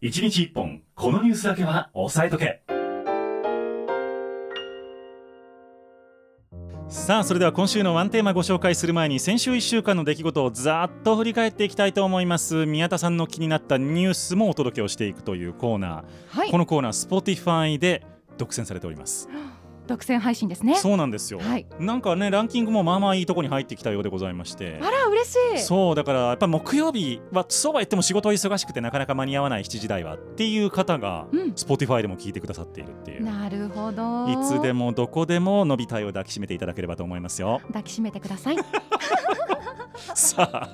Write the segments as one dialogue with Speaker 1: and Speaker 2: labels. Speaker 1: 一日一本、このニュースだけは押さえとけ。
Speaker 2: さあそれでは今週のワンテーマご紹介する前に先週1週間の出来事をざーっと振り返っていきたいと思います宮田さんの気になったニュースもお届けをしていくというコーナ
Speaker 3: は
Speaker 2: ー
Speaker 3: い
Speaker 2: こ。のコーナー Spotify で独占されております
Speaker 3: 独占配信ですね。
Speaker 2: そうなんですよ
Speaker 3: はい。
Speaker 2: なんかねランキングもまあまあいいとこに入ってきたようでございまして
Speaker 3: あら嬉しい。
Speaker 2: そうだからやっぱ木曜日はそうは言っても仕事忙しくてなかなか間に合わない7時台はっていう方が
Speaker 3: うん
Speaker 2: Spotify でも聞いてくださっているっていう
Speaker 3: なるほど。
Speaker 2: いつでもどこでものび太を抱きしめていただければと思います よ
Speaker 3: 抱きしめてくだ さい。
Speaker 2: さ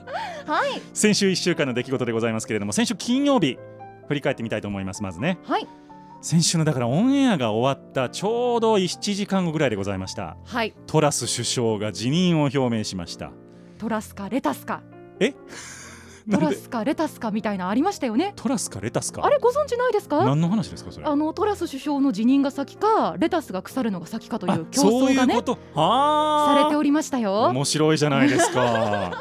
Speaker 2: あ
Speaker 3: はい。
Speaker 2: 先週1週間の出来事でございますけれども先週金曜日振り返ってみたいと思いますまずね
Speaker 3: はい。
Speaker 2: 先週のだからオンエアが終わったちょうど7時間後ぐらいでございました
Speaker 3: はい。
Speaker 2: トラス首相が辞任を表明しました
Speaker 3: トラスかレタスか。
Speaker 2: な
Speaker 3: ト
Speaker 2: ん
Speaker 3: ラ
Speaker 2: で
Speaker 3: スかレタスかみたいなありましたよね。
Speaker 2: トラスかレタスか
Speaker 3: あれご存知ないですか？
Speaker 2: 何の話ですかそれ
Speaker 3: あのトラス首相の辞任が先かレタスが腐るのが先かとい
Speaker 2: あ
Speaker 3: う競争が
Speaker 2: そういうこ
Speaker 3: ね
Speaker 2: とあ
Speaker 3: さ
Speaker 2: ー
Speaker 3: れておりましたよ。
Speaker 2: 面白いじゃないですか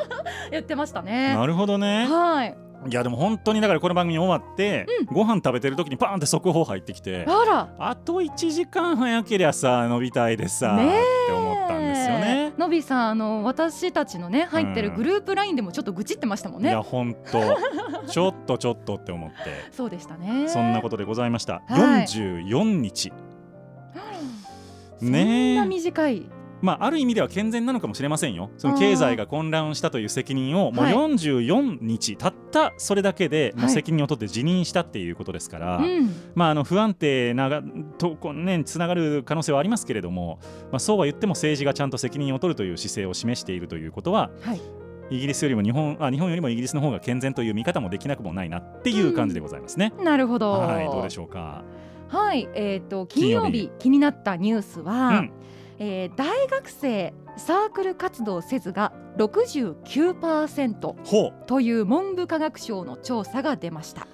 Speaker 3: 言ってました ね。
Speaker 2: なるほどね
Speaker 3: はい。
Speaker 2: いやでも本当にだからこの番組終わって、ご飯食べてる時にパーンって速報入ってきて
Speaker 3: あら。
Speaker 2: あと1時間早けりゃさ伸びたいでさ、
Speaker 3: ね
Speaker 2: っ
Speaker 3: え
Speaker 2: て思ったんですよね。
Speaker 3: のびさんあの私たちのね入ってるグループラインでもちょっと愚痴ってましたもん
Speaker 2: い
Speaker 3: ね
Speaker 2: や。本 当ちょっとちょっとって思って
Speaker 3: そうでしたね。
Speaker 2: そんなことでございました、
Speaker 3: はい
Speaker 2: 44日
Speaker 3: そん
Speaker 2: ね
Speaker 3: な
Speaker 2: え
Speaker 3: 短い。
Speaker 2: まあある意味では健全なのかもしれませんよその経済が混乱したという責任をもう
Speaker 3: はい
Speaker 2: 44日、たったそれだけでもう
Speaker 3: はい
Speaker 2: 責任を取って辞任したっていうことですから、
Speaker 3: うん。
Speaker 2: まあ、あの不安定ながとこうねつながる可能性はありますけれども、まあ、そうは言っても政治がちゃんと責任を取るという姿勢を示しているということは
Speaker 3: はい。
Speaker 2: イギリスよりも日本あ日本よりもイギリスの方が健全という見方もできなくもないなっていう感じでございますね。
Speaker 3: なるほど。
Speaker 2: はいどうでしょうか。
Speaker 3: はい、えっ、と
Speaker 2: 金
Speaker 3: 金
Speaker 2: 曜
Speaker 3: 曜
Speaker 2: 日
Speaker 3: 日気になったニュース
Speaker 2: う
Speaker 3: は、
Speaker 2: ん、
Speaker 3: えー大学生サークル活動せずが69%
Speaker 2: ほ
Speaker 3: という文部科学省の調査が出ました。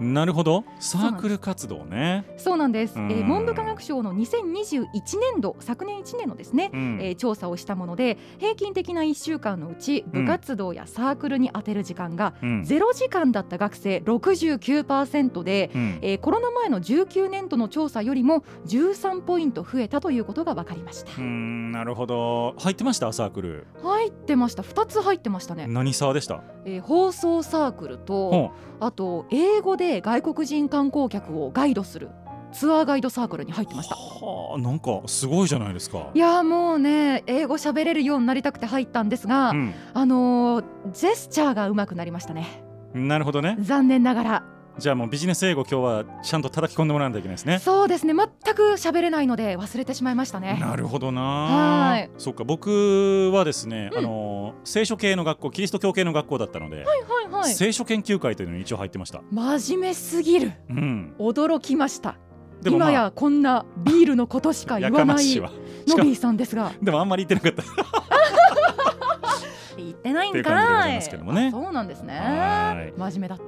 Speaker 2: うなるほどサ
Speaker 3: うな
Speaker 2: ー
Speaker 3: んです
Speaker 2: クル活動ね。
Speaker 3: そうなんです。え
Speaker 2: うん
Speaker 3: ー文部科学省の2021年度昨年1年のですね。
Speaker 2: うん
Speaker 3: えー調査をしたもので平均的な1週間のうち部活動やサークルに充てる時間が
Speaker 2: うん
Speaker 3: 0時間だった学生69%で、
Speaker 2: うん
Speaker 3: えーコロナ前の19年度の調査よりも13ポイント増えたということが分かりました、
Speaker 2: うんなるほど入ってましたサークル
Speaker 3: 入ってました2つ入ってましたね、
Speaker 2: 何サーでした
Speaker 3: えー放送サークルと
Speaker 2: ほ
Speaker 3: あと英語で外国人観光客をガイドするツアーガイドサークルに入って
Speaker 2: う
Speaker 3: ました
Speaker 2: はあなんかすごいじゃないですか
Speaker 3: いやーもうね英語喋れるようになりたくて入ったんですが、
Speaker 2: う
Speaker 3: あのージェスチャーが上手くなりましたね
Speaker 2: ん、なるほどね
Speaker 3: 残念ながら、
Speaker 2: じゃあもうビジネス英語今日はちゃんと叩き込んでもらわないといけないですね。
Speaker 3: そうですね全く喋れないので忘れてしまいましたね
Speaker 2: なるほどな。
Speaker 3: はい
Speaker 2: そっか僕はですね、
Speaker 3: うん
Speaker 2: あの聖書系の学校キリスト教系の学校だったので、
Speaker 3: はいはい
Speaker 2: 聖書研究会というのに一応入ってました。
Speaker 3: 真面目すぎる
Speaker 2: うん。
Speaker 3: 驚きました
Speaker 2: でもまあ
Speaker 3: 今やこんなビールのことしか
Speaker 2: や
Speaker 3: 言
Speaker 2: か
Speaker 3: わ
Speaker 2: ま
Speaker 3: な
Speaker 2: し
Speaker 3: い
Speaker 2: いわ。 し
Speaker 3: ノ
Speaker 2: かも
Speaker 3: ビーさんですが
Speaker 2: でもあんまり言ってなかっ
Speaker 3: 言ってない
Speaker 2: んかいっていう感じでございますけどもね
Speaker 3: そうなんです
Speaker 2: た。
Speaker 3: ね
Speaker 2: はい
Speaker 3: 真面目だっ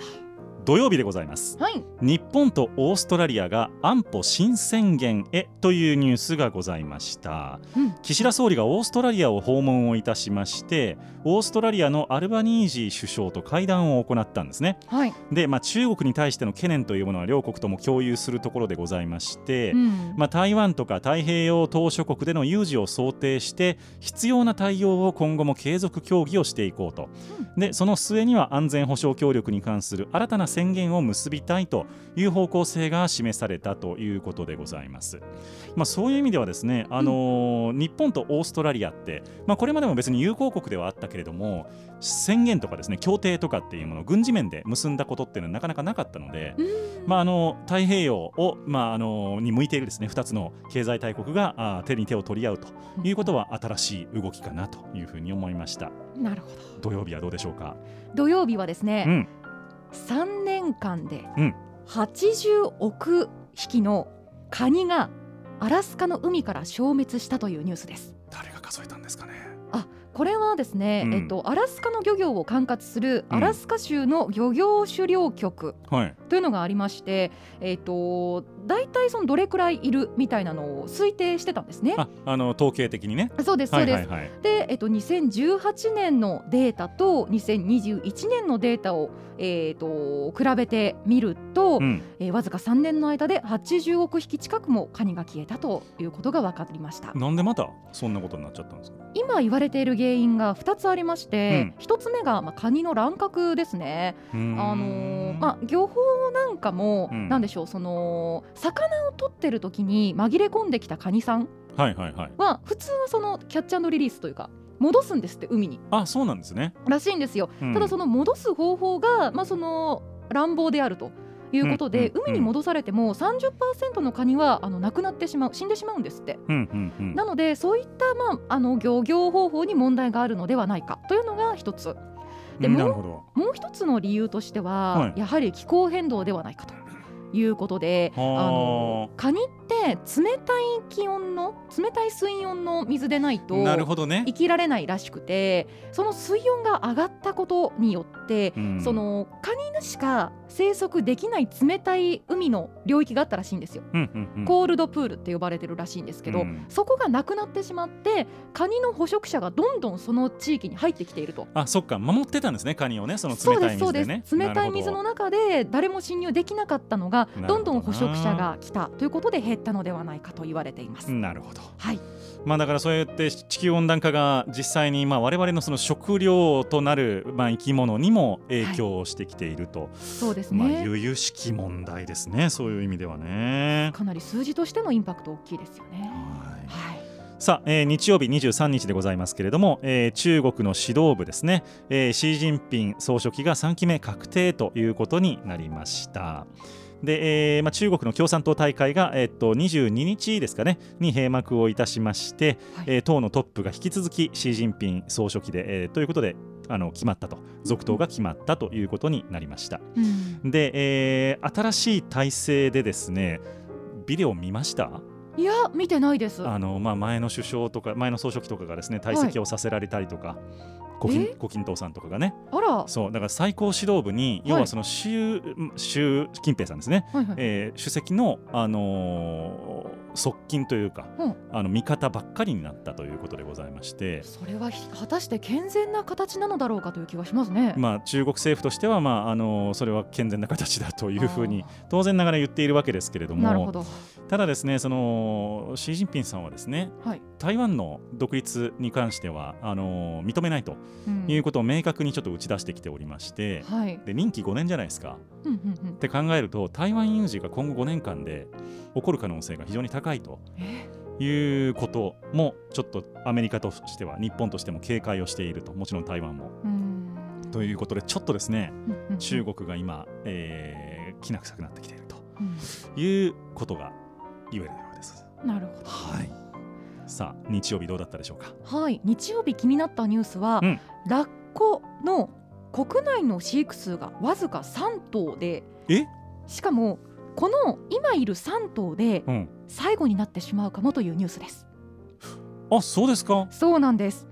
Speaker 2: 土曜日でございます。
Speaker 3: たはい
Speaker 2: 日本とオーストラリアが安保新宣言へというニュースがございました、
Speaker 3: うん
Speaker 2: 岸田総理がオーストラリアを訪問をいたしましてオーストラリアのアルバニージー首相と会談を行ったんですね
Speaker 3: はい、
Speaker 2: で、まあ、中国に対しての懸念というものは両国とも共有するところでございまして、
Speaker 3: うん
Speaker 2: まあ、台湾とか太平洋島諸国での有事を想定して必要な対応を今後も継続協議をしていこうと、でその末には安全保障協力に関する新たな宣言を結びたいという方向性が示されたということでございます、まあ、そういう意味ではですね、あのー日本とオーストラリアって、まあ、これまでも別に友好国ではあったけれども宣言とかですね協定とかっていうものを軍事面で結んだことっていうのはなかなかなかったので、
Speaker 3: うん
Speaker 2: まあ、あの太平洋を、まあ、あのに向いているです、ね、2つの経済大国があー手に手を取り合うということは新しい動きかなというふうに思いました
Speaker 3: なるほど
Speaker 2: 土曜日はどうでしょうか、
Speaker 3: 土曜日はです
Speaker 2: う
Speaker 3: ね
Speaker 2: ん、
Speaker 3: 3年間で
Speaker 2: うん
Speaker 3: 80億匹のカニがアラスカの海から消滅したというニュースです
Speaker 2: 誰が数えたんですかね
Speaker 3: あこれはですね、
Speaker 2: うん
Speaker 3: えっと、アラスカの漁業を管轄する
Speaker 2: うん
Speaker 3: アラスカ州の漁業狩猟局
Speaker 2: はい
Speaker 3: というのがありまして、えっと、大体そのどれくらいいるみたいなのを推定してたんですね。
Speaker 2: ああの統計的にね
Speaker 3: そうです、
Speaker 2: は
Speaker 3: そ
Speaker 2: い
Speaker 3: うです。
Speaker 2: はいはい
Speaker 3: で、えっと、2018年のデータと2021年のデータを、えっと比べてみると、
Speaker 2: うん
Speaker 3: えーわずか3年の間で80億匹近くもカニが消えたということが分かりました
Speaker 2: なんでまたそんなことになっちゃったんですか
Speaker 3: 今言われている原因が2つありまして、
Speaker 2: う
Speaker 3: 一1つ目が、まあ、カニの乱獲ですね、
Speaker 2: うーん
Speaker 3: あのーまあ、漁法なんかも、
Speaker 2: うん
Speaker 3: なんでしょうその魚を取ってる時に紛れ込んできたカニさん
Speaker 2: はいはいはい
Speaker 3: は普通はそのキャッチャンドリリースというか戻すんですって海に
Speaker 2: あそうなんですね、
Speaker 3: らしいんですよ
Speaker 2: うん
Speaker 3: ただその戻す方法が、まあ、その乱暴であるということで、
Speaker 2: うんうんうん
Speaker 3: 海に戻されても30%のカニはあのなくなってしまう死んでしまうんですって。
Speaker 2: うんうんうん
Speaker 3: なのでそういった、まあ、あの漁業方法に問題があるのではないかというのが一つで
Speaker 2: うん
Speaker 3: もう
Speaker 2: なるほど
Speaker 3: もう一つの理由としては、
Speaker 2: はい
Speaker 3: やはり気候変動ではないかということであ
Speaker 2: はあ
Speaker 3: のカニって冷たい気温の冷たい水温の水でないと
Speaker 2: なるほどね
Speaker 3: 生きられないらしくてその水温が上がったことによって、
Speaker 2: うん
Speaker 3: そのカニしか生息できない冷たい海の領域があったらしいんですよ、
Speaker 2: うんうんうん
Speaker 3: コールドプールって呼ばれてるらしいんですけ
Speaker 2: う
Speaker 3: ど、
Speaker 2: ん
Speaker 3: そこがなくなってしまってカニの捕食者がどんどんその地域に入ってきていると。
Speaker 2: あそっか守ってたんですねカニをねその
Speaker 3: そう
Speaker 2: 冷
Speaker 3: で
Speaker 2: た
Speaker 3: す
Speaker 2: い
Speaker 3: そう
Speaker 2: 水
Speaker 3: で
Speaker 2: ですね
Speaker 3: 冷たい水の中で誰も侵入できなかったのが
Speaker 2: なるほどな
Speaker 3: どんどん捕食者が来たということで減ったのではないかと言われています。
Speaker 2: なるほどなるほど
Speaker 3: はい、
Speaker 2: まあだからそうやって地球温暖化が実際にまあ我々のその食料となるまあ生き物にも影響をしてきていると、
Speaker 3: そうです
Speaker 2: まあ
Speaker 3: ね。
Speaker 2: 由々しき問題ですねそういう意味ではね
Speaker 3: かなり数字としてのインパクト大きいですよね。
Speaker 2: はい
Speaker 3: はい。
Speaker 2: さあ、えー日曜日23日でございますけれども、えー中国の指導部ですね、えー、シー・ジンピン総書記が3期目確定ということになりました。でえーまあ、中国の共産党大会が、えっと22日ですかねに閉幕をいたしまして、
Speaker 3: はい
Speaker 2: えー党のトップが引き続きシー・ジンピン総書記で、えーということであの決まったと続投が決まったということになりました
Speaker 3: うん
Speaker 2: で、えー新しい体制でですねビデオ見ました
Speaker 3: いや見てないです。
Speaker 2: あのまあ、前の首相とか前の総書記とかがですね退席をさせられたりとか、胡錦
Speaker 3: え
Speaker 2: 胡錦涛さんとかがね
Speaker 3: あら、は
Speaker 2: そうだから最高指導部に
Speaker 3: はい
Speaker 2: 要はその習,、習近平さんですね、
Speaker 3: いはい。
Speaker 2: えー主席の、あのー側近というか、
Speaker 3: うん
Speaker 2: あの味方ばっかりになったということでございまして。
Speaker 3: それはひ果たして健全な形なのだろうかという気がしますね。
Speaker 2: まあ、中国政府としては、まああのーそれは健全な形だというふうに
Speaker 3: あ
Speaker 2: 当然ながら言っているわけですけれど
Speaker 3: ーなるほ
Speaker 2: も
Speaker 3: ど。
Speaker 2: ただですねそのシー・ジンピンさんはですね
Speaker 3: はい。
Speaker 2: 台湾の独立に関してはあの認めないと
Speaker 3: うん
Speaker 2: いうことを明確にちょっと打ち出してきておりまして、
Speaker 3: はい。
Speaker 2: で任期5年じゃないですか
Speaker 3: うんうんうん
Speaker 2: っ。て考えると台湾有事が今後5年間で起こる可能性が非常に高いと
Speaker 3: え
Speaker 2: いうこともちょっとアメリカとしては日本としても警戒をしているともちろん台湾も。
Speaker 3: うん。
Speaker 2: ということでちょっとですね
Speaker 3: うんうんうん
Speaker 2: 中。国が今、えー、きな臭くなってきていると
Speaker 3: うん
Speaker 2: いうことが言えるようです。
Speaker 3: なるほど。
Speaker 2: はい、さあ日曜日どうだったでしょうか。
Speaker 3: はい。日曜日気になったニュースは、
Speaker 2: うん
Speaker 3: ラッコの国内の飼育数がわずか3頭で、
Speaker 2: え
Speaker 3: しかもこの今いる3頭で
Speaker 2: うん
Speaker 3: 最後になってしまうかもというニュースです。
Speaker 2: あそうですか
Speaker 3: そうなんです。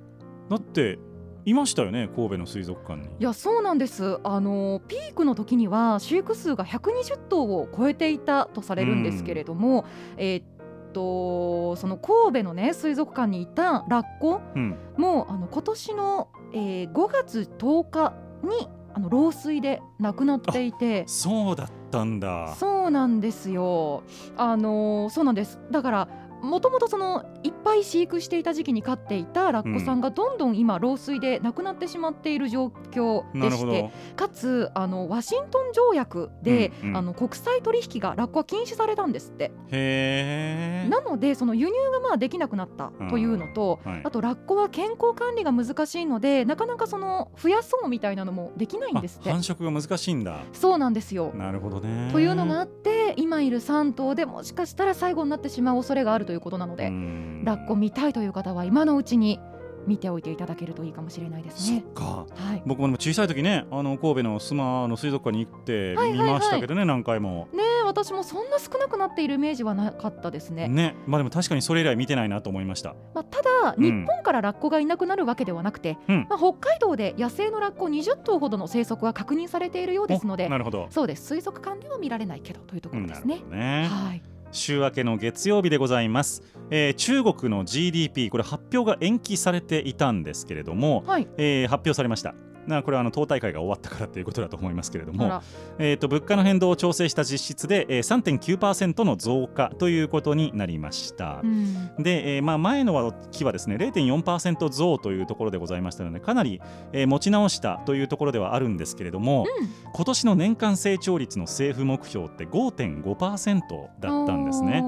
Speaker 2: だっていましたよね神戸の水族館に
Speaker 3: いやそうなんですあのピークの時には飼育数が120頭を超えていたとされるんですけれども、えーっとその神戸のね水族館にいたラッコ
Speaker 2: うん
Speaker 3: もあの今年の、えー5月10日にあの老衰で亡くなっていて
Speaker 2: そうだったんだ
Speaker 3: そうなんですよあのそうなんですだからもともとそのいっぱい飼育していた時期に飼っていたラッコさんがどんどん今老衰で亡くなってしまっている状況
Speaker 2: な
Speaker 3: で
Speaker 2: るほ
Speaker 3: して、
Speaker 2: ど
Speaker 3: かつあのワシントン条約で、
Speaker 2: うんうん
Speaker 3: あの国際取引がラッコは禁止されたんですって、
Speaker 2: へえ
Speaker 3: なのでその輸入がまあできなくなったというのと、
Speaker 2: はい
Speaker 3: あとラッコは健康管理が難しいのでなかなかその増やそうみたいなのもできないんですっ
Speaker 2: あ
Speaker 3: て
Speaker 2: 繁殖が難しいんだ
Speaker 3: そうなんですよ。
Speaker 2: なるほどね
Speaker 3: というのがあって今いる3頭でもしかしたら最後になってしまう恐れがあるということなので、
Speaker 2: うん
Speaker 3: ラッコ見たいという方は今のうちに見ておいていただけるといいかもしれないです
Speaker 2: そっ
Speaker 3: ね。
Speaker 2: か
Speaker 3: はい
Speaker 2: 僕もでも小さい時ねあの神戸の須磨の水族館に行って
Speaker 3: はいはい
Speaker 2: 見
Speaker 3: はい
Speaker 2: ましたけどね、何回も
Speaker 3: ねえ私もそんな少なくなっているイメージはなかったですね。
Speaker 2: ね、まあでも確かにそれ以来見てないなと思いました。
Speaker 3: まあ、ただ、
Speaker 2: うん
Speaker 3: 日本からラッコがいなくなるわけではなくて、
Speaker 2: うん
Speaker 3: まあ、北海道で野生のラッコ20頭ほどの生息が確認されているようですの
Speaker 2: お
Speaker 3: で、
Speaker 2: なるほど。
Speaker 3: そうです水族館では見られないけどというとこ
Speaker 2: う
Speaker 3: ろ
Speaker 2: ん
Speaker 3: で
Speaker 2: なる
Speaker 3: す
Speaker 2: ほど
Speaker 3: ね。
Speaker 2: ね。
Speaker 3: はい、
Speaker 2: 週明けの月曜日でございます、えー中国の GDP これ発表が延期されていたんですけれども、
Speaker 3: はい、
Speaker 2: えー発表されましたなこれはあの党大会が終わったからということだと思いますけれど
Speaker 3: あ
Speaker 2: も
Speaker 3: ら、
Speaker 2: えー、と物価の変動を調整した実質で、えー、3.9%の増加ということになりました
Speaker 3: う、ん、
Speaker 2: で、えーまあ、前の期はですね0.4%増というところでございましたのでかなり、えー持ち直したというところではあるんですけれども、今年の年間成長率の政府目標って5.5%だったんですね。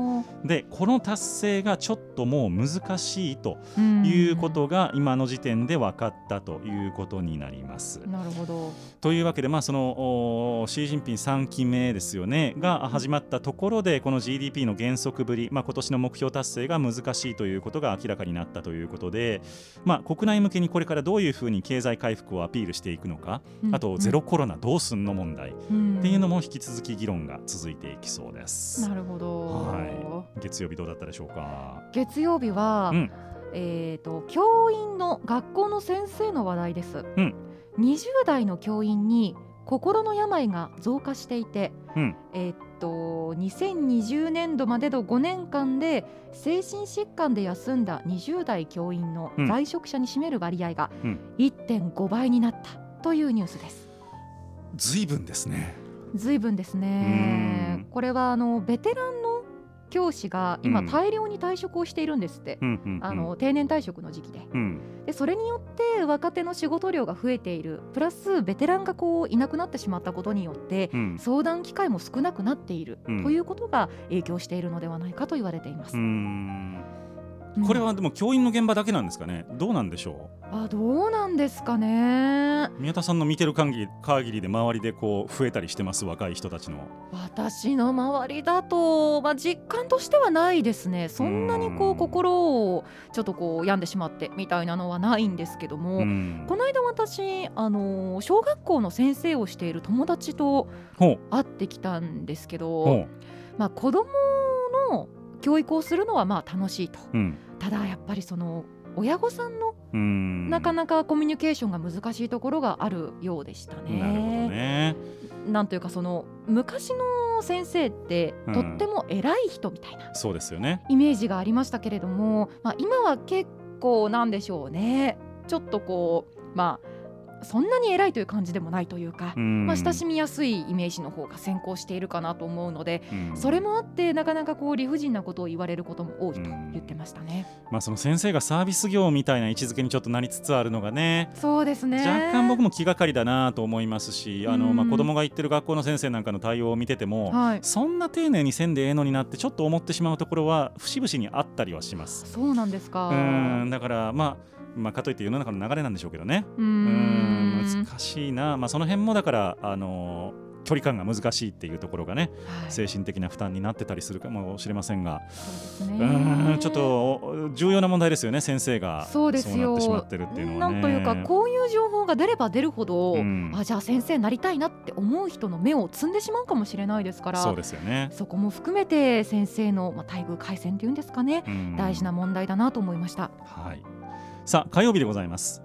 Speaker 2: でこの達成がちょっともう難しいと
Speaker 3: おー。
Speaker 2: いうことが今の時点で分かったということになります。
Speaker 3: うんなるほど。
Speaker 2: というわけで、まあ、そのおーシー・ジンピン3期目ですよねが始まったところでこの GDP の減速ぶり、まあ、今年の目標達成が難しいということが明らかになったということで、まあ、国内向けにこれからどういうふうに経済回復をアピールしていくのかあとゼロコロナどうすんの問題っ
Speaker 3: うん
Speaker 2: ていうのも引き続き議論が続いていきそうです
Speaker 3: な。るほど。
Speaker 2: は月曜日どうだったでしょうか。
Speaker 3: 月曜日は、
Speaker 2: うん
Speaker 3: えー、と教員の学校の先生の話題です、
Speaker 2: うん
Speaker 3: 20代の教員に心の病が増加していて、
Speaker 2: うん
Speaker 3: えー、と2020年度までの5年間で精神疾患で休んだ20代教員の
Speaker 2: うん
Speaker 3: 在職者に占める割合が
Speaker 2: うん
Speaker 3: 1.5倍になったというニュースです。
Speaker 2: ずいぶんですね。
Speaker 3: ずいぶんです
Speaker 2: うーん
Speaker 3: ねこれはあのベテランの教師が
Speaker 2: う
Speaker 3: 今
Speaker 2: ん
Speaker 3: 大量に退職をしているんですって、
Speaker 2: うんうんうん
Speaker 3: あの定年退職の時期で
Speaker 2: うん
Speaker 3: でそれによって若手の仕事量が増えているプラスベテランがこういなくなってしまったことによって
Speaker 2: うん
Speaker 3: 相談機会も少なくなっている、
Speaker 2: うん
Speaker 3: ということが影響しているのではないかと言われていま
Speaker 2: う
Speaker 3: す。
Speaker 2: ん
Speaker 3: うん
Speaker 2: これはでも教員の現場だけなんですかね。どうなんでしょ
Speaker 3: あどうなんですかね
Speaker 2: う。宮田さんの見てる限り限りで周りでこう増えたりしてます若い人たちの。
Speaker 3: 私の周りだと、まあ、実感としてはないですねそんなにこ
Speaker 2: う
Speaker 3: うん心をちょっとこう病んでしまってみたいなのはないんですけども、
Speaker 2: うん
Speaker 3: この間私あの小学校の先生をしている友達と
Speaker 2: ほう
Speaker 3: 会ってきたんですけど、
Speaker 2: ほ
Speaker 3: まあ、子どもの教育をするのはまあ楽しいと、
Speaker 2: ううん
Speaker 3: ただやっぱりその親御さんの
Speaker 2: うん。
Speaker 3: なかなかコミュニケーションが難しいところがあるようでしたね。
Speaker 2: なるほどね。
Speaker 3: なんというかその昔の先生って
Speaker 2: うん
Speaker 3: とっても偉い人みたいな
Speaker 2: そうですよね。
Speaker 3: イメージがありましたけれども、まあ、今は結構なんでしょうねちょっとこうまあそんなに偉いという感じでもないというか
Speaker 2: う、ん
Speaker 3: まあ、親しみやすいイメージの方が先行しているかなと思うので
Speaker 2: うん
Speaker 3: それもあってなかなかこう理不尽なことを言われることも多いと
Speaker 2: うん
Speaker 3: 言ってましたね。
Speaker 2: まあその先生がサービス業みたいな位置づけにちょっとなりつつあるのがね。
Speaker 3: そうですね
Speaker 2: 若干僕も気がかりだなと思いますし、あの
Speaker 3: うん
Speaker 2: まあ子供が行ってる学校の先生なんかの対応を見てても、
Speaker 3: はい
Speaker 2: そんな丁寧にせんでええのになってちょっと思ってしまうところは節々にあったりはします。
Speaker 3: そうなんですか
Speaker 2: うーんだから、まあ、まあかといって世の中の流れなんでしょうけどね。
Speaker 3: うー
Speaker 2: うーん
Speaker 3: ん
Speaker 2: 難しいな、まあ、その辺もだから、あのー距離感が難しいっていうところがね
Speaker 3: はい
Speaker 2: 精神的な負担になってたりするかもしれませんが、
Speaker 3: そう
Speaker 2: う
Speaker 3: ですね
Speaker 2: ーんちょっと重要な問題ですよね先生が
Speaker 3: そうですよ
Speaker 2: そうなってしまってるっていうのはね。
Speaker 3: なんというかこういう情報が出れば出るほど、
Speaker 2: うん
Speaker 3: あじゃあ先生になりたいなって思う人の目を摘んでしまうかもしれないですから
Speaker 2: そうですよね、
Speaker 3: そこも含めて先生の、まあ、待遇改善っていうんですかね、
Speaker 2: うん
Speaker 3: 大事な問題だなと思いました
Speaker 2: はい。さあ火曜日でございます。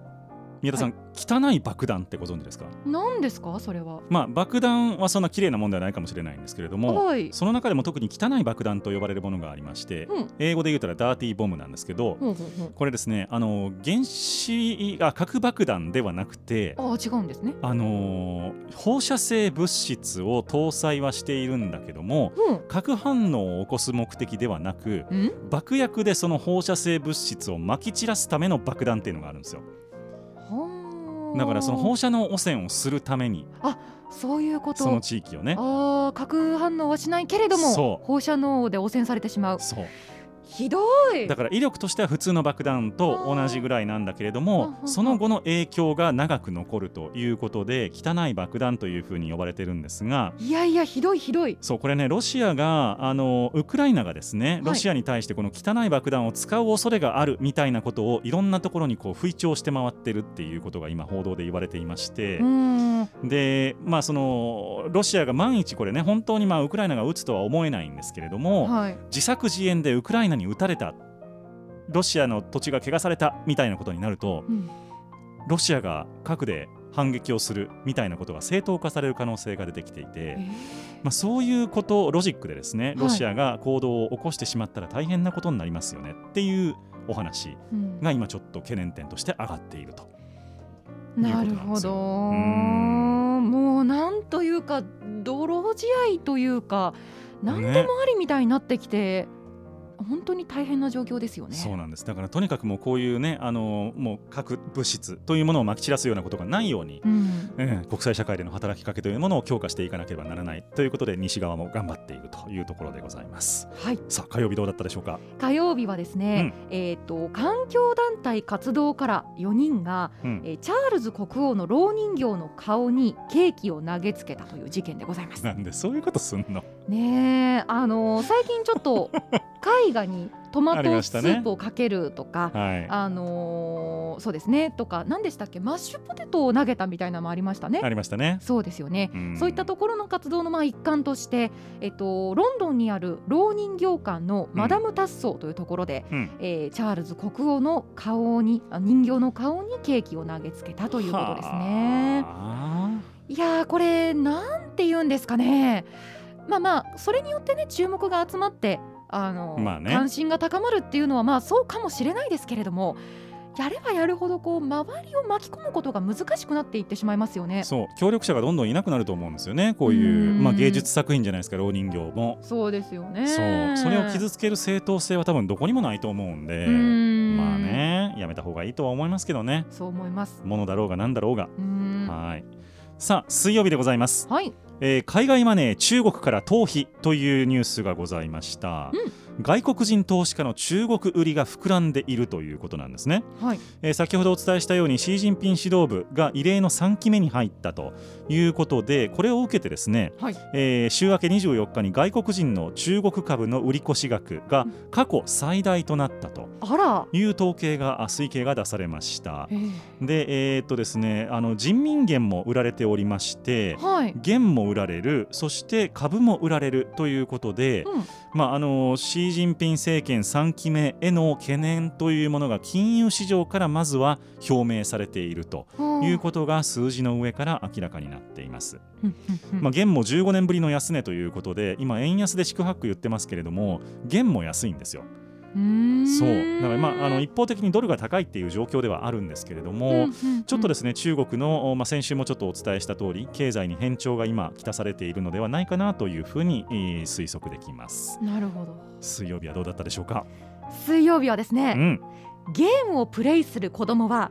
Speaker 2: 宮田さん、汚い爆弾ってご存知ですか。
Speaker 3: 何ですかそれは
Speaker 2: まあ爆弾はそんな綺麗なもんではないかもしれないんですけれども。
Speaker 3: はい
Speaker 2: その中でも特に汚い爆弾と呼ばれるものがありまして、
Speaker 3: うん
Speaker 2: 英語で言うたらダーティーボムなんですけど、
Speaker 3: ほうほう
Speaker 2: これですねあの原子あ核爆弾ではなくて
Speaker 3: ほうあ違うんですね
Speaker 2: あのー放射性物質を搭載はしているんだけども
Speaker 3: う
Speaker 2: 核反応を起こす目的ではなく
Speaker 3: んん
Speaker 2: 爆薬でその放射性物質をまき散らすための爆弾っていうのがあるんですよ
Speaker 3: はあ
Speaker 2: だからその放射能汚染をするために
Speaker 3: そういうこと
Speaker 2: その地域をね
Speaker 3: あー核反応はしないけれども
Speaker 2: そう
Speaker 3: 放射能で汚染されてしまう
Speaker 2: そう
Speaker 3: ひどい
Speaker 2: だから威力としては普通の爆弾と同じぐらいなんだけれども
Speaker 3: あー
Speaker 2: その後の影響が長く残るということで汚い爆弾というふうに呼ばれてるんですが
Speaker 3: いやいやひどいひどい
Speaker 2: そうこれねロシアがあのウクライナがですね
Speaker 3: い
Speaker 2: ロシアに対してこの汚い爆弾を使う恐れがあるみたいなことをいろんなところにこう吹聴して回ってるっていうことが今報道で言われていまして
Speaker 3: う。ーん
Speaker 2: でまあ、そのロシアが万一これね本当にまあウクライナが撃つとは思えないんですけれども、
Speaker 3: はい
Speaker 2: 自作自演でウクライナに撃たれたロシアの土地が汚されたみたいなことになると
Speaker 3: うん
Speaker 2: ロシアが核で反撃をするみたいなことが正当化される可能性が出てきていて、
Speaker 3: え
Speaker 2: まあ、そういうことをロジックでですね
Speaker 3: い
Speaker 2: ロシアが行動を起こしてしまったら大変なことになりますよねっていうお話
Speaker 3: ーうん
Speaker 2: が今ちょっと懸念点として上がっていると。
Speaker 3: なるほど
Speaker 2: うなん
Speaker 3: もうなんというか泥仕合というか何でもありみたいになってきて、本当に大変な状況ですよね。
Speaker 2: そうなんですだからとにかくもうこういうねあのもう核物質というものをまき散らすようなことがないように
Speaker 3: うん
Speaker 2: ええ国際社会での働きかけというものを強化していかなければならないということで西側も頑張っているというところでございます
Speaker 3: はい、
Speaker 2: さあ火曜日どうだったでしょうか、
Speaker 3: 火曜日はですね、えっ、と環境団体活動から4人が、
Speaker 2: うん
Speaker 3: えーチャールズ国王の蝋人形の顔にケーキを投げつけたという事件でございます。
Speaker 2: なんでそういうことすんの
Speaker 3: ねえ、あのー最近ちょ っと絵画にトマ
Speaker 2: ありま
Speaker 3: ト
Speaker 2: し
Speaker 3: ス
Speaker 2: たね
Speaker 3: ープをかけるとか、
Speaker 2: はいあ
Speaker 3: あのーそうですねとか何でしたっけマッシュポテトを投げたみたいなのもありましたね。
Speaker 2: りましたね
Speaker 3: そうですよね、
Speaker 2: ん
Speaker 3: そういったところの活動のまあ一環として、えっと、ロンドンにある老人形館のマダム・タッソーというところで、
Speaker 2: うん
Speaker 3: えーチャールズ国王の顔にあ人形の顔にケーキを投げつけたということですね。
Speaker 2: はあ
Speaker 3: いやーこれなんて言うんですかねまあまあそれによってね注目が集まってあの、
Speaker 2: まあね
Speaker 3: 関心が高まるっていうのはまあそうかもしれないですけれどもやればやるほどこう周りを巻き込むことが難しくなっていってしまいますよね。
Speaker 2: そう協力者がどんどんいなくなると思うんですよねこういう
Speaker 3: うん
Speaker 2: まあ、芸術作品じゃないですか老人形も、
Speaker 3: そうですよね
Speaker 2: そうそれを傷つける正当性は多分どこにもないと思うんで
Speaker 3: うーん
Speaker 2: まあねやめた方がいいとは思いますけどね
Speaker 3: そう思います。
Speaker 2: ものだろうがなんだろうが、
Speaker 3: うーんは
Speaker 2: はいさあ水曜日でございます
Speaker 3: い
Speaker 2: えー海外マネー中国から逃避というニュースがございました、外国人投資家の中国売りが膨らんでいるということなんですね、
Speaker 3: はい
Speaker 2: えー先ほどお伝えしたようにシー・ジンピン指導部が異例の3期目に入ったということでこれを受けてですね、
Speaker 3: はい
Speaker 2: えー週明け24日に外国人の中国株の売り越し額が過去最大となったと
Speaker 3: あら、
Speaker 2: いう統計があ推計が出されました
Speaker 3: えー
Speaker 2: でえーっとですねあの人民元も売られておりまして、
Speaker 3: はい、
Speaker 2: 元も売られるそして株も売られるということで、
Speaker 3: うん
Speaker 2: まあ、あのシー・ジンピン政権3期目への懸念というものが金融市場からまずは表明されていると
Speaker 3: はあ
Speaker 2: いうことが数字の上から明らかになっています。
Speaker 3: うんうんうん
Speaker 2: まあ、元も15年ぶりの安値ということで今円安で四苦八苦言ってますけれども元も安いんですよ。
Speaker 3: うーん
Speaker 2: そうだから、まあ、あの一方的にドルが高いっていう状況ではあるんですけれども、
Speaker 3: うんうんうん
Speaker 2: ちょっとですね、中国の、まあ、先週もちょっとお伝えした通り、経済に変調が今、きたされているのではないかなというふうに、えー推測できます。
Speaker 3: なるほど
Speaker 2: 水曜日はどうだったでしょうか。
Speaker 3: 水曜日はですね、
Speaker 2: うん、
Speaker 3: ゲームをプレイする子どもは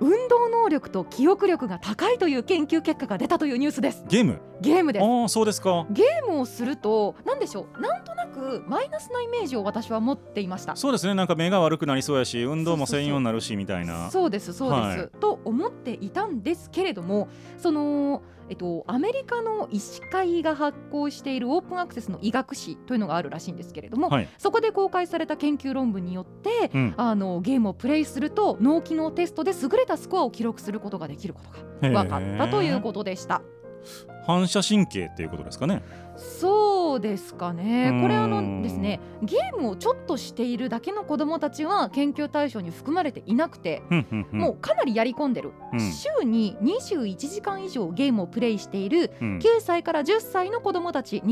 Speaker 3: 運動能力と記憶力が高いという研究結果が出たというニュースです
Speaker 2: ゲーム、
Speaker 3: ゲームです
Speaker 2: ああ、そうですか。
Speaker 3: ゲームをすると何でしょうなんとなくマイナスなイメージを私は持っていました
Speaker 2: そうですね、なんか目が悪くなりそうやし、運動も
Speaker 3: そうそうそう
Speaker 2: 専用になるしみたいな。
Speaker 3: そうですそうです、
Speaker 2: はい
Speaker 3: と思っていたんですけれどもそのえっとアメリカの医師会が発行しているオープンアクセスの医学誌というのがあるらしいんですけれども、
Speaker 2: はい、
Speaker 3: そこで公開された研究論文によって
Speaker 2: うん、
Speaker 3: あのゲームをプレイすると脳機能テストで優れたスコアを記録することができること
Speaker 2: へー
Speaker 3: が分かったということでした。
Speaker 2: 反射神経っていうことですかね。
Speaker 3: そうですかね
Speaker 2: うーん
Speaker 3: これあのですねゲームをちょっとしているだけの子どもたちは研究対象に含まれていなくて、
Speaker 2: うんうんうん
Speaker 3: もうかなりやり込んでる、
Speaker 2: うん
Speaker 3: 週に21時間以上ゲームをプレイしている
Speaker 2: うん
Speaker 3: 9歳から10歳の子どもたち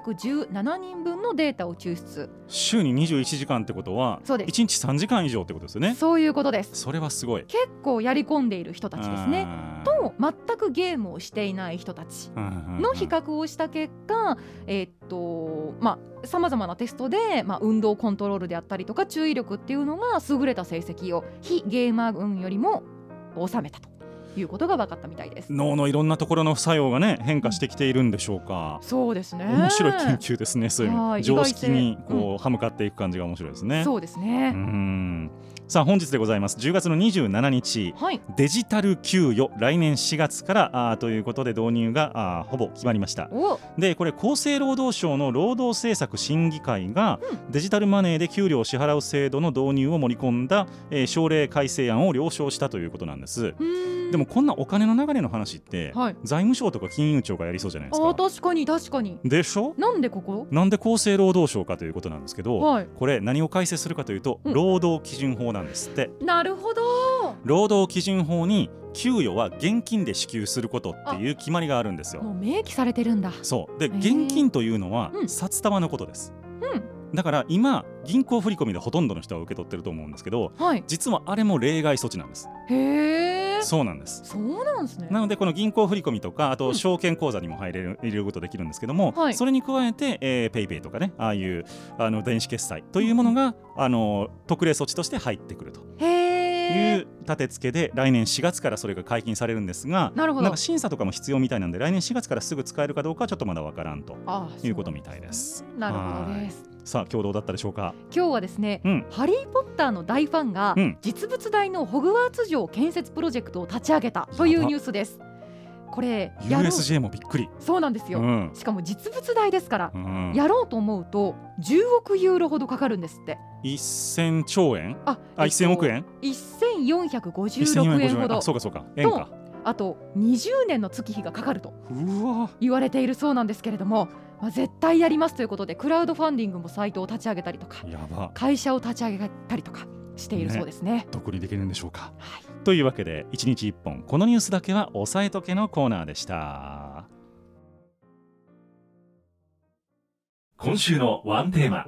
Speaker 3: 2217人分のデータを抽出
Speaker 2: 週に21時間ってことは、
Speaker 3: そうです
Speaker 2: 一日3時間以上ってことですよね。
Speaker 3: そういうことです
Speaker 2: それはすごい。
Speaker 3: 結構やり込んでいる人たちですね
Speaker 2: あー。
Speaker 3: と全くゲームをしていない人たちの比較をした結果、えーっとまあさまざまなテストで、まあ、運動コントロールであったりとか注意力っていうのが優れた成績を非ゲーマー群よりも収めたということが分かったみたいです。
Speaker 2: 脳のいろんなところの作用がね変化してきているんでしょうか。
Speaker 3: そうですね。
Speaker 2: 面白い研究ですね。そういう意
Speaker 3: は
Speaker 2: 味
Speaker 3: い
Speaker 2: 常識に
Speaker 3: 意外性
Speaker 2: こう歯向かっていく感じが面白いですね。
Speaker 3: そうです
Speaker 2: う
Speaker 3: ね。
Speaker 2: んさあ本日でございます。10月の27日。
Speaker 3: はい。
Speaker 2: デジタル給与来年4月からあーということで導入があーほぼ決まりました
Speaker 3: お、
Speaker 2: でこれ厚生労働省の労働政策審議会がデジタルマネーで給料を支払う制度の導入を盛り込んだ、えー省令改正案を了承したということなんですで
Speaker 3: で
Speaker 2: もこんなお金の流れの話って、
Speaker 3: はい。
Speaker 2: 財務省とか金融庁がやりそうじゃないです
Speaker 3: ああ
Speaker 2: か
Speaker 3: 確かに確かに。
Speaker 2: でしょ
Speaker 3: なんでここ？
Speaker 2: なんで厚生労働省かということなんですけど、
Speaker 3: はい。
Speaker 2: これ何を改正するかというと、
Speaker 3: うん
Speaker 2: 労働基準法なんですって
Speaker 3: なるほど。
Speaker 2: 労働基準法に給与は現金で支給することっていう決まりがあるんですよ。
Speaker 3: もう明記されてるんだ。
Speaker 2: そうで
Speaker 3: ー
Speaker 2: 現金というのは
Speaker 3: うん
Speaker 2: 札束のことです。だから今銀行振込でほとんどの人は受け取ってると思うんですけど
Speaker 3: はい。
Speaker 2: 実はあれも例外措置なんです。
Speaker 3: へえ。
Speaker 2: そうなんです。
Speaker 3: そうなんですね。
Speaker 2: なのでこの銀行振込とかあ
Speaker 3: う
Speaker 2: と
Speaker 3: ん
Speaker 2: 証券口座にも入れる入れることできるんですけども、
Speaker 3: はい
Speaker 2: それに加えて、えー、ペイペイとかねああいうあの電子決済というものが、あの特例措置として入ってくるとい
Speaker 3: へえ。
Speaker 2: う立て付けで来年4月からそれが解禁されるんですが
Speaker 3: なるほ
Speaker 2: な
Speaker 3: ど
Speaker 2: んか。審査とかも必要みたいなんで来年4月からすぐ使えるかどうかはちょっとまだわからんと
Speaker 3: ああ
Speaker 2: いうことみたいです。
Speaker 3: なるほどです。
Speaker 2: さあ今日どうだったでしょうか
Speaker 3: 今日はですね、
Speaker 2: うん
Speaker 3: ハリー・ポッターの大ファンが
Speaker 2: うん
Speaker 3: 実物大のホグワーツ城建設プロジェクトを立ち上げたとい
Speaker 2: や
Speaker 3: う
Speaker 2: ば
Speaker 3: ニュースです。これやろう
Speaker 2: USJ もびっくり。
Speaker 3: そうなんです
Speaker 2: う
Speaker 3: よ、
Speaker 2: ん
Speaker 3: しかも実物大ですから
Speaker 2: う、ん、
Speaker 3: やろうと思うと10億ユーロほどかかるんですって。
Speaker 2: 1000兆円
Speaker 3: あ、
Speaker 2: あ1000億円
Speaker 3: 1456円ほど
Speaker 2: あそうかそうか円か
Speaker 3: あと20年の月日がかかると
Speaker 2: うわ
Speaker 3: 言われているそうなんですけれども、まあ、絶対やりますということでクラウドファンディングもサイトを立ち上げたりとか
Speaker 2: やば
Speaker 3: 会社を立ち上げたりとかしているそうですね。
Speaker 2: どこにできるんでしょうか
Speaker 3: はい
Speaker 2: というわけで1日1本このニュースだけは押さえとけのコーナーでした
Speaker 1: 今週のワンテーマ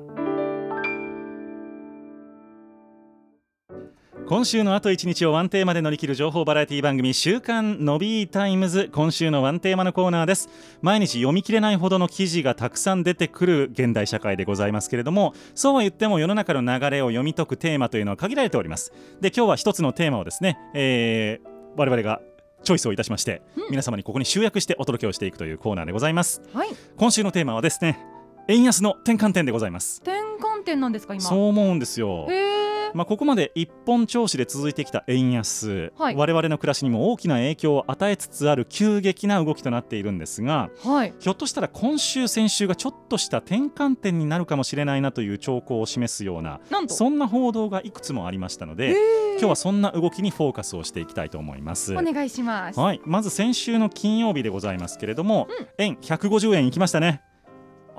Speaker 2: 今週のあと1日をワンテーマで乗り切る情報バラエティ番組週刊のびータイムズ今週のワンテーマのコーナーです毎日読み切れないほどの記事がたくさん出てくる現代社会でございますけれどもそうは言っても世の中の流れを読み解くテーマというのは限られておりますで今日は一つのテーマをですね、えー我々がチョイスをいたしまして、
Speaker 3: うん
Speaker 2: 皆様にここに集約してお届けをしていくというコーナーでございます
Speaker 3: はい、
Speaker 2: 今週のテーマはですね円安の転換点でございます
Speaker 3: 転換点なんですか今。
Speaker 2: そう思うんですよ
Speaker 3: へえ。
Speaker 2: まあ、ここまで一本調子で続いてきた円安、
Speaker 3: はい
Speaker 2: 我々の暮らしにも大きな影響を与えつつある急激な動きとなっているんですが
Speaker 3: はい。
Speaker 2: ひょっとしたら今週先週がちょっとした転換点になるかもしれないなという兆候を示すような
Speaker 3: なんと。
Speaker 2: そんな報道がいくつもありましたの
Speaker 3: へ
Speaker 2: で
Speaker 3: え
Speaker 2: 今日はそんな動きにフォーカスをしていきたいと思います。
Speaker 3: お願いします。
Speaker 2: はい、まず先週の金曜日でございますけれども、円150円いきましたね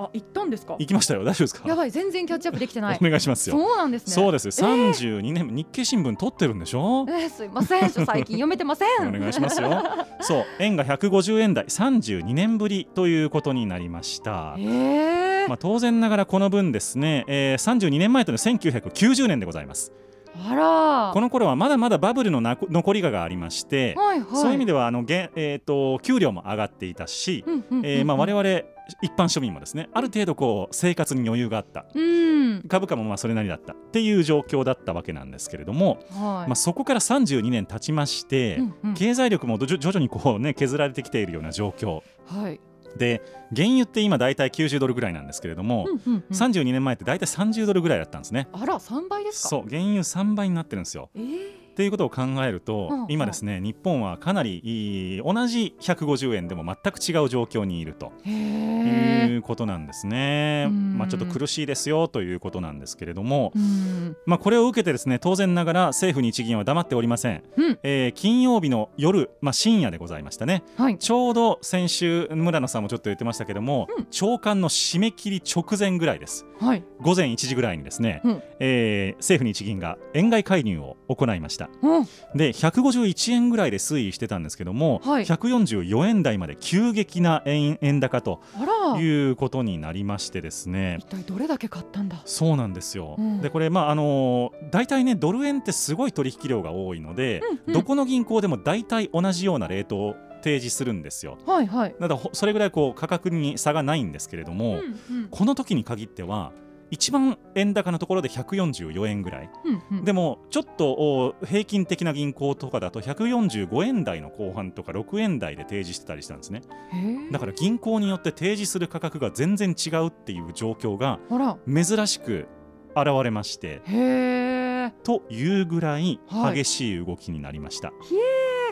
Speaker 3: あ、行ったんですか
Speaker 2: い。きましたよ大丈夫ですか
Speaker 3: やばい、全然キャッチアップできて ない
Speaker 2: お。願いしますよ
Speaker 3: そうなんですね。
Speaker 2: そう
Speaker 3: で
Speaker 2: です32年、日経新聞取ってるんでしょ
Speaker 3: えーすいません、ちょ最近読めてません。
Speaker 2: お願いしますよ。そう、円が150円台、32年ぶりということになりました
Speaker 3: へ。え
Speaker 2: まあ、当然ながらこの分ですね、えー32年前というのは1990年でございます。
Speaker 3: あら。
Speaker 2: この頃はまだまだバブルのなこ残りががありまして、
Speaker 3: はいはい。
Speaker 2: そういう意味
Speaker 3: で、
Speaker 2: ではあの、げえー、と給料も上がっていたし、
Speaker 3: うんうんうんうん、
Speaker 2: えーまあ、我々一般庶民もですねある程度こう生活に余裕があった
Speaker 3: うん、
Speaker 2: 株価もまあそれなりだったっていう状況だったわけなんですけれども、
Speaker 3: は
Speaker 2: ま
Speaker 3: い。
Speaker 2: あ、そこから32年経ちまして、
Speaker 3: うんうん
Speaker 2: 経済力もどじょ徐々にこう、ね、削られてきているような状況
Speaker 3: はい。
Speaker 2: で原油って今大体90ドルぐらいなんですけれども、
Speaker 3: うんうんうん
Speaker 2: 32年前って大体30ドルぐらいだったんですね。
Speaker 3: あら、三倍ですか。
Speaker 2: そう原油3倍になってるんですよ。
Speaker 3: ええ
Speaker 2: っていうことを考えると、
Speaker 3: うん
Speaker 2: 今ですね日本はかなりいい同じ150円でも全く違う状況にいると
Speaker 3: へ
Speaker 2: い
Speaker 3: え。
Speaker 2: うことなんですね。
Speaker 3: うん
Speaker 2: まあ、ちょっと苦しいですよということなんですけれども、
Speaker 3: うん。
Speaker 2: まあ、これを受けてですね当然ながら政府日銀は黙っておりません、
Speaker 3: うん
Speaker 2: えー金曜日の夜、まあ、深夜でございましたね
Speaker 3: はい。
Speaker 2: ちょうど先週村野さんもちょっと言ってましたけども、
Speaker 3: うん
Speaker 2: 長官の締め切り直前ぐらいです
Speaker 3: はい。
Speaker 2: 午前1時ぐらいにですね、
Speaker 3: うん
Speaker 2: えー政府日銀が円買い介入を行いました
Speaker 3: うん。
Speaker 2: で151円ぐらいで推移してたんですけども、
Speaker 3: はい
Speaker 2: 144円台まで急激な円円高と
Speaker 3: あら。
Speaker 2: いうことになりましてですね、
Speaker 3: 一体どれだけ買ったんだ。
Speaker 2: そうなんですよ、
Speaker 3: うん
Speaker 2: でこれまああのー大体ねドル円ってすごい取引量が多いので、
Speaker 3: うんうん
Speaker 2: どこの銀行でも大体同じようなレートを提示するんですよ
Speaker 3: はいはい。
Speaker 2: だからほそれぐらいこう価格に差がないんですけれども、
Speaker 3: うんうん
Speaker 2: この時に限っては一番円高のところで144円ぐらい、
Speaker 3: うんうん
Speaker 2: でもちょっとお平均的な銀行とかだと145円台の後半とか6円台で提示してたりしたんですね
Speaker 3: へー
Speaker 2: だから銀行によって提示する価格が全然違うっていう状況が
Speaker 3: ほら
Speaker 2: 珍しく現れまして
Speaker 3: へえ
Speaker 2: というぐらい
Speaker 3: はい
Speaker 2: 激しい動きになりました、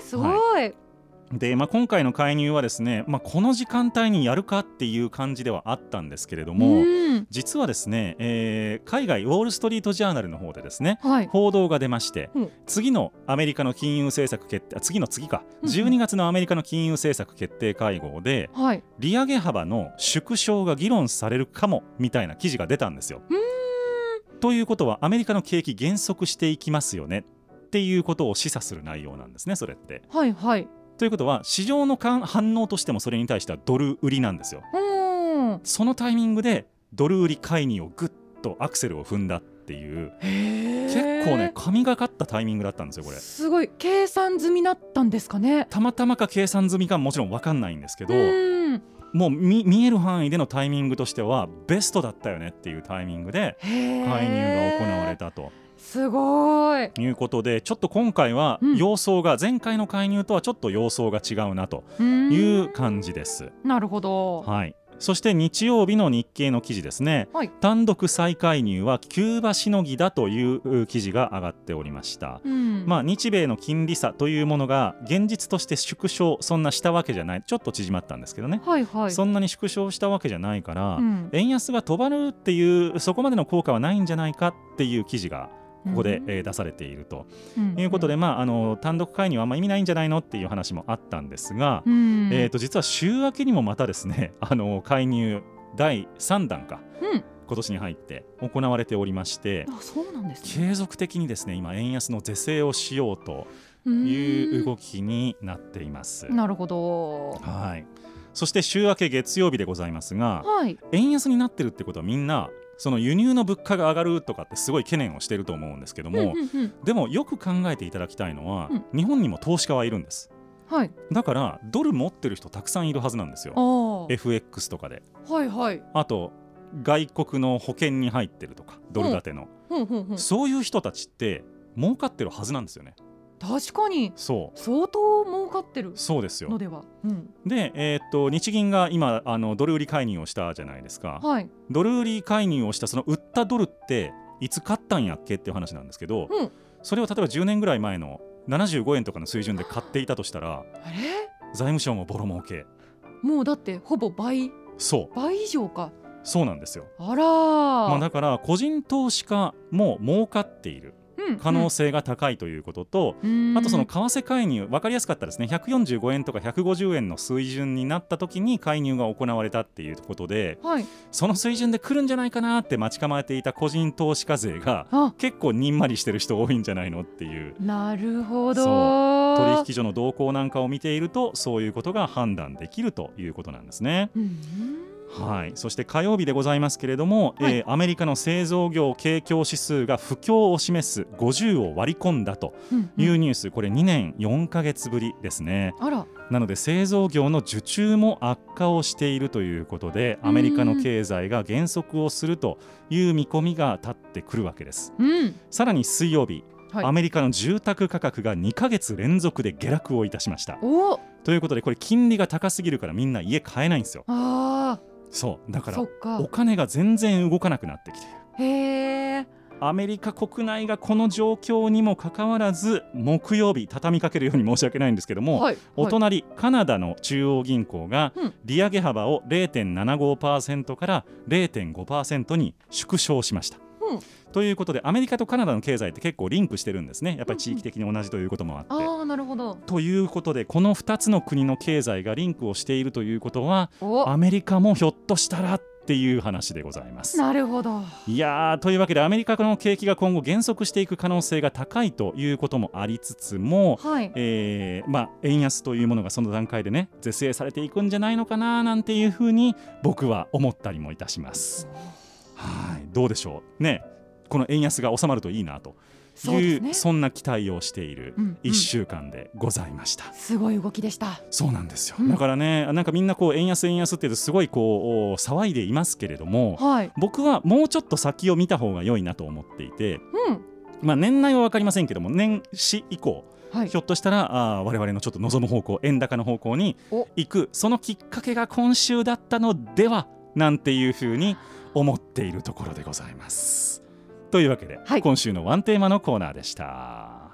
Speaker 3: すごい、
Speaker 2: で、まあ、今回の介入はですね、まあ、この時間帯にやるかっていう感じではあったんですけれども、
Speaker 3: うん
Speaker 2: 実はですね、えー海外ウォール・ストリート・ジャーナルの方でですね
Speaker 3: はい
Speaker 2: 報道が出まして、
Speaker 3: うん
Speaker 2: 次のアメリカの金融政策決定あ次の次か
Speaker 3: うんうん
Speaker 2: 12月のアメリカの金融政策決定会合で
Speaker 3: はい
Speaker 2: 利上げ幅の縮小が議論されるかもみたいな記事が出たんですよ。ということはアメリカの景気減速していきますよねっていうことを示唆する内容なんですねそれって。
Speaker 3: はいはい
Speaker 2: ということは市場の感反応としてもそれに対してはドル売りなんですよ。
Speaker 3: うーん
Speaker 2: そのタイミングでドル売り介入をぐっとアクセルを踏んだっていう
Speaker 3: へー
Speaker 2: 結構ね神がかったタイミングだったんですよこれ。
Speaker 3: すごい計算済みだったんですかね
Speaker 2: たまたまか計算済みかもちろん分かんないんですけど
Speaker 3: うん
Speaker 2: もう見見える範囲でのタイミングとしてはベストだったよねっていうタイミングで
Speaker 3: 介入
Speaker 2: 介入が行われたと
Speaker 3: すごい、
Speaker 2: いうことでちょっと今回は
Speaker 3: うん
Speaker 2: 様相が前回の介入とはちょっと様相が違うなと
Speaker 3: うーん
Speaker 2: いう感じです。
Speaker 3: なるほど、
Speaker 2: はい、そして日曜日の日経の記事ですね、
Speaker 3: はい
Speaker 2: 単独再介入はキューバしのぎだというう記事が上がっておりました。
Speaker 3: うん
Speaker 2: まあ、日米の金利差というものが現実として縮小そんなしたわけじゃないちょっと縮まったんですけどね、
Speaker 3: はいはい
Speaker 2: そんなに縮小したわけじゃないから、
Speaker 3: うん
Speaker 2: 円安が止まるっていうそこまでの効果はないんじゃないかっていう記事がここで、えー出されていると、
Speaker 3: うん
Speaker 2: いうことで、まあ、あの単独介入はあんま意味ないんじゃないのっていう話もあったんですが、
Speaker 3: うん
Speaker 2: えー、と実は週明けにもまたですね あの介入第3弾か
Speaker 3: うん
Speaker 2: 今年に入って行われておりまして
Speaker 3: あそうなんですね
Speaker 2: 継続的にですね今円安の是正をしようと
Speaker 3: う
Speaker 2: い
Speaker 3: ー
Speaker 2: うん動きになっています。
Speaker 3: なるほど
Speaker 2: はい、そして週明け月曜日でございますが
Speaker 3: はい
Speaker 2: 円安になってるってことはみんなその輸入の物価が上がるとかってすごい懸念をしていると思うんですけども、
Speaker 3: うんうんうん
Speaker 2: でもよく考えていただきたいのは、
Speaker 3: うん
Speaker 2: 日本にも投資家はいるんです
Speaker 3: はい
Speaker 2: だからドル持ってる人たくさんいるはずなんですよ
Speaker 3: あー
Speaker 2: FX とかで
Speaker 3: はいはい
Speaker 2: あと外国の保険に入ってるとかドル建ての、
Speaker 3: ほんほんほん
Speaker 2: そういう人たちって儲かってるはずなんですよね
Speaker 3: 確かに
Speaker 2: そう
Speaker 3: 相当儲かってる
Speaker 2: そうですよ
Speaker 3: のではうん
Speaker 2: で、えーっと日銀が今あのドル売り介入をしたじゃないですか
Speaker 3: はい
Speaker 2: ドル売り介入をしたその売ったドルっていつ買ったんやっけっていう話なんですけど、
Speaker 3: うん
Speaker 2: それを例えば10年ぐらい前の75円とかの水準で買っていたとしたら
Speaker 3: あれ
Speaker 2: 財務省もボロ儲け
Speaker 3: もうだってほぼ倍
Speaker 2: そう
Speaker 3: 倍以上か
Speaker 2: そうなんですよ、
Speaker 3: あら
Speaker 2: まあ、
Speaker 3: ー
Speaker 2: だから個人投資家も儲かっている
Speaker 3: うん
Speaker 2: 可能性が高いということと、
Speaker 3: うん
Speaker 2: あとその為替介入分かりやすかったですね145円とか150円の水準になった時に介入が行われたっていうことで
Speaker 3: はい
Speaker 2: その水準で来るんじゃないかなって待ち構えていた個人投資家勢が
Speaker 3: あ
Speaker 2: 結構にんまりしてる人多いんじゃないのっていう
Speaker 3: なるほど
Speaker 2: 取引所の動向なんかを見ているとそういうことが判断できるということなんですね。
Speaker 3: うん
Speaker 2: はい、そして火曜日でございますけれども、
Speaker 3: はい
Speaker 2: えーアメリカの製造業景況指数が不況を示す50を割り込んだと
Speaker 3: うんうん
Speaker 2: いうニュース、これ2年4ヶ月ぶりですね。
Speaker 3: あら
Speaker 2: なので製造業の受注も悪化をしているということで、アメリカの経済が減速をするという見込みが立ってくるわけです。
Speaker 3: うん
Speaker 2: さらに水曜日、
Speaker 3: はい
Speaker 2: アメリカの住宅価格が2ヶ月連続で下落をいたしました。
Speaker 3: おあ
Speaker 2: ということで、これ金利が高すぎるからみんな家買えないんですよ。
Speaker 3: あ
Speaker 2: そう、だ
Speaker 3: ー
Speaker 2: から
Speaker 3: そっか
Speaker 2: お金が全然動かなくなってきている
Speaker 3: へえ
Speaker 2: アメリカ国内がこの状況にもかかわらず木曜日畳みかけるように申し訳ないんですけども、
Speaker 3: はい
Speaker 2: お
Speaker 3: はい
Speaker 2: 隣、カナダの中央銀行が
Speaker 3: うん
Speaker 2: 利上げ幅を0.75%から0.5%に縮小しました。
Speaker 3: うん
Speaker 2: ということでアメリカとカナダの経済って結構リンクしてるんですねやっぱり地域的に同じということもあって。
Speaker 3: ああなるほど
Speaker 2: ということでこの2つの国の経済がリンクをしているということは
Speaker 3: お
Speaker 2: アメリカもひょっとしたらっていう話でございます。
Speaker 3: なるほど
Speaker 2: いやーというわけでアメリカの景気が今後減速していく可能性が高いということもありつつも、
Speaker 3: はい
Speaker 2: えーまあ、円安というものがその段階でね是正されていくんじゃないのかななんていうふうに僕は思ったりもいたします。はいどうでしょうねこの円安が収まるといいなと
Speaker 3: そうですね
Speaker 2: そんな期待をしている
Speaker 3: うん
Speaker 2: 1週間でございました。
Speaker 3: すごい動きでした。
Speaker 2: そうなんですよ、
Speaker 3: うん
Speaker 2: だからねなんかみんなこう円安円安って言うとすごいこうお騒いでいますけれども
Speaker 3: はい。
Speaker 2: 僕はもうちょっと先を見た方が良いなと思っていて、
Speaker 3: うん。
Speaker 2: まあ、年内は分かりませんけども年始以降
Speaker 3: はい
Speaker 2: ひょ。っとしたらあー我々のちょっと望む方向円高の方向に
Speaker 3: お
Speaker 2: 行くそのきっかけが今週だったのではなんていうふうに思っているところでございます。というわけで、
Speaker 3: はい
Speaker 2: 今週のワンテーマのコーナーでした。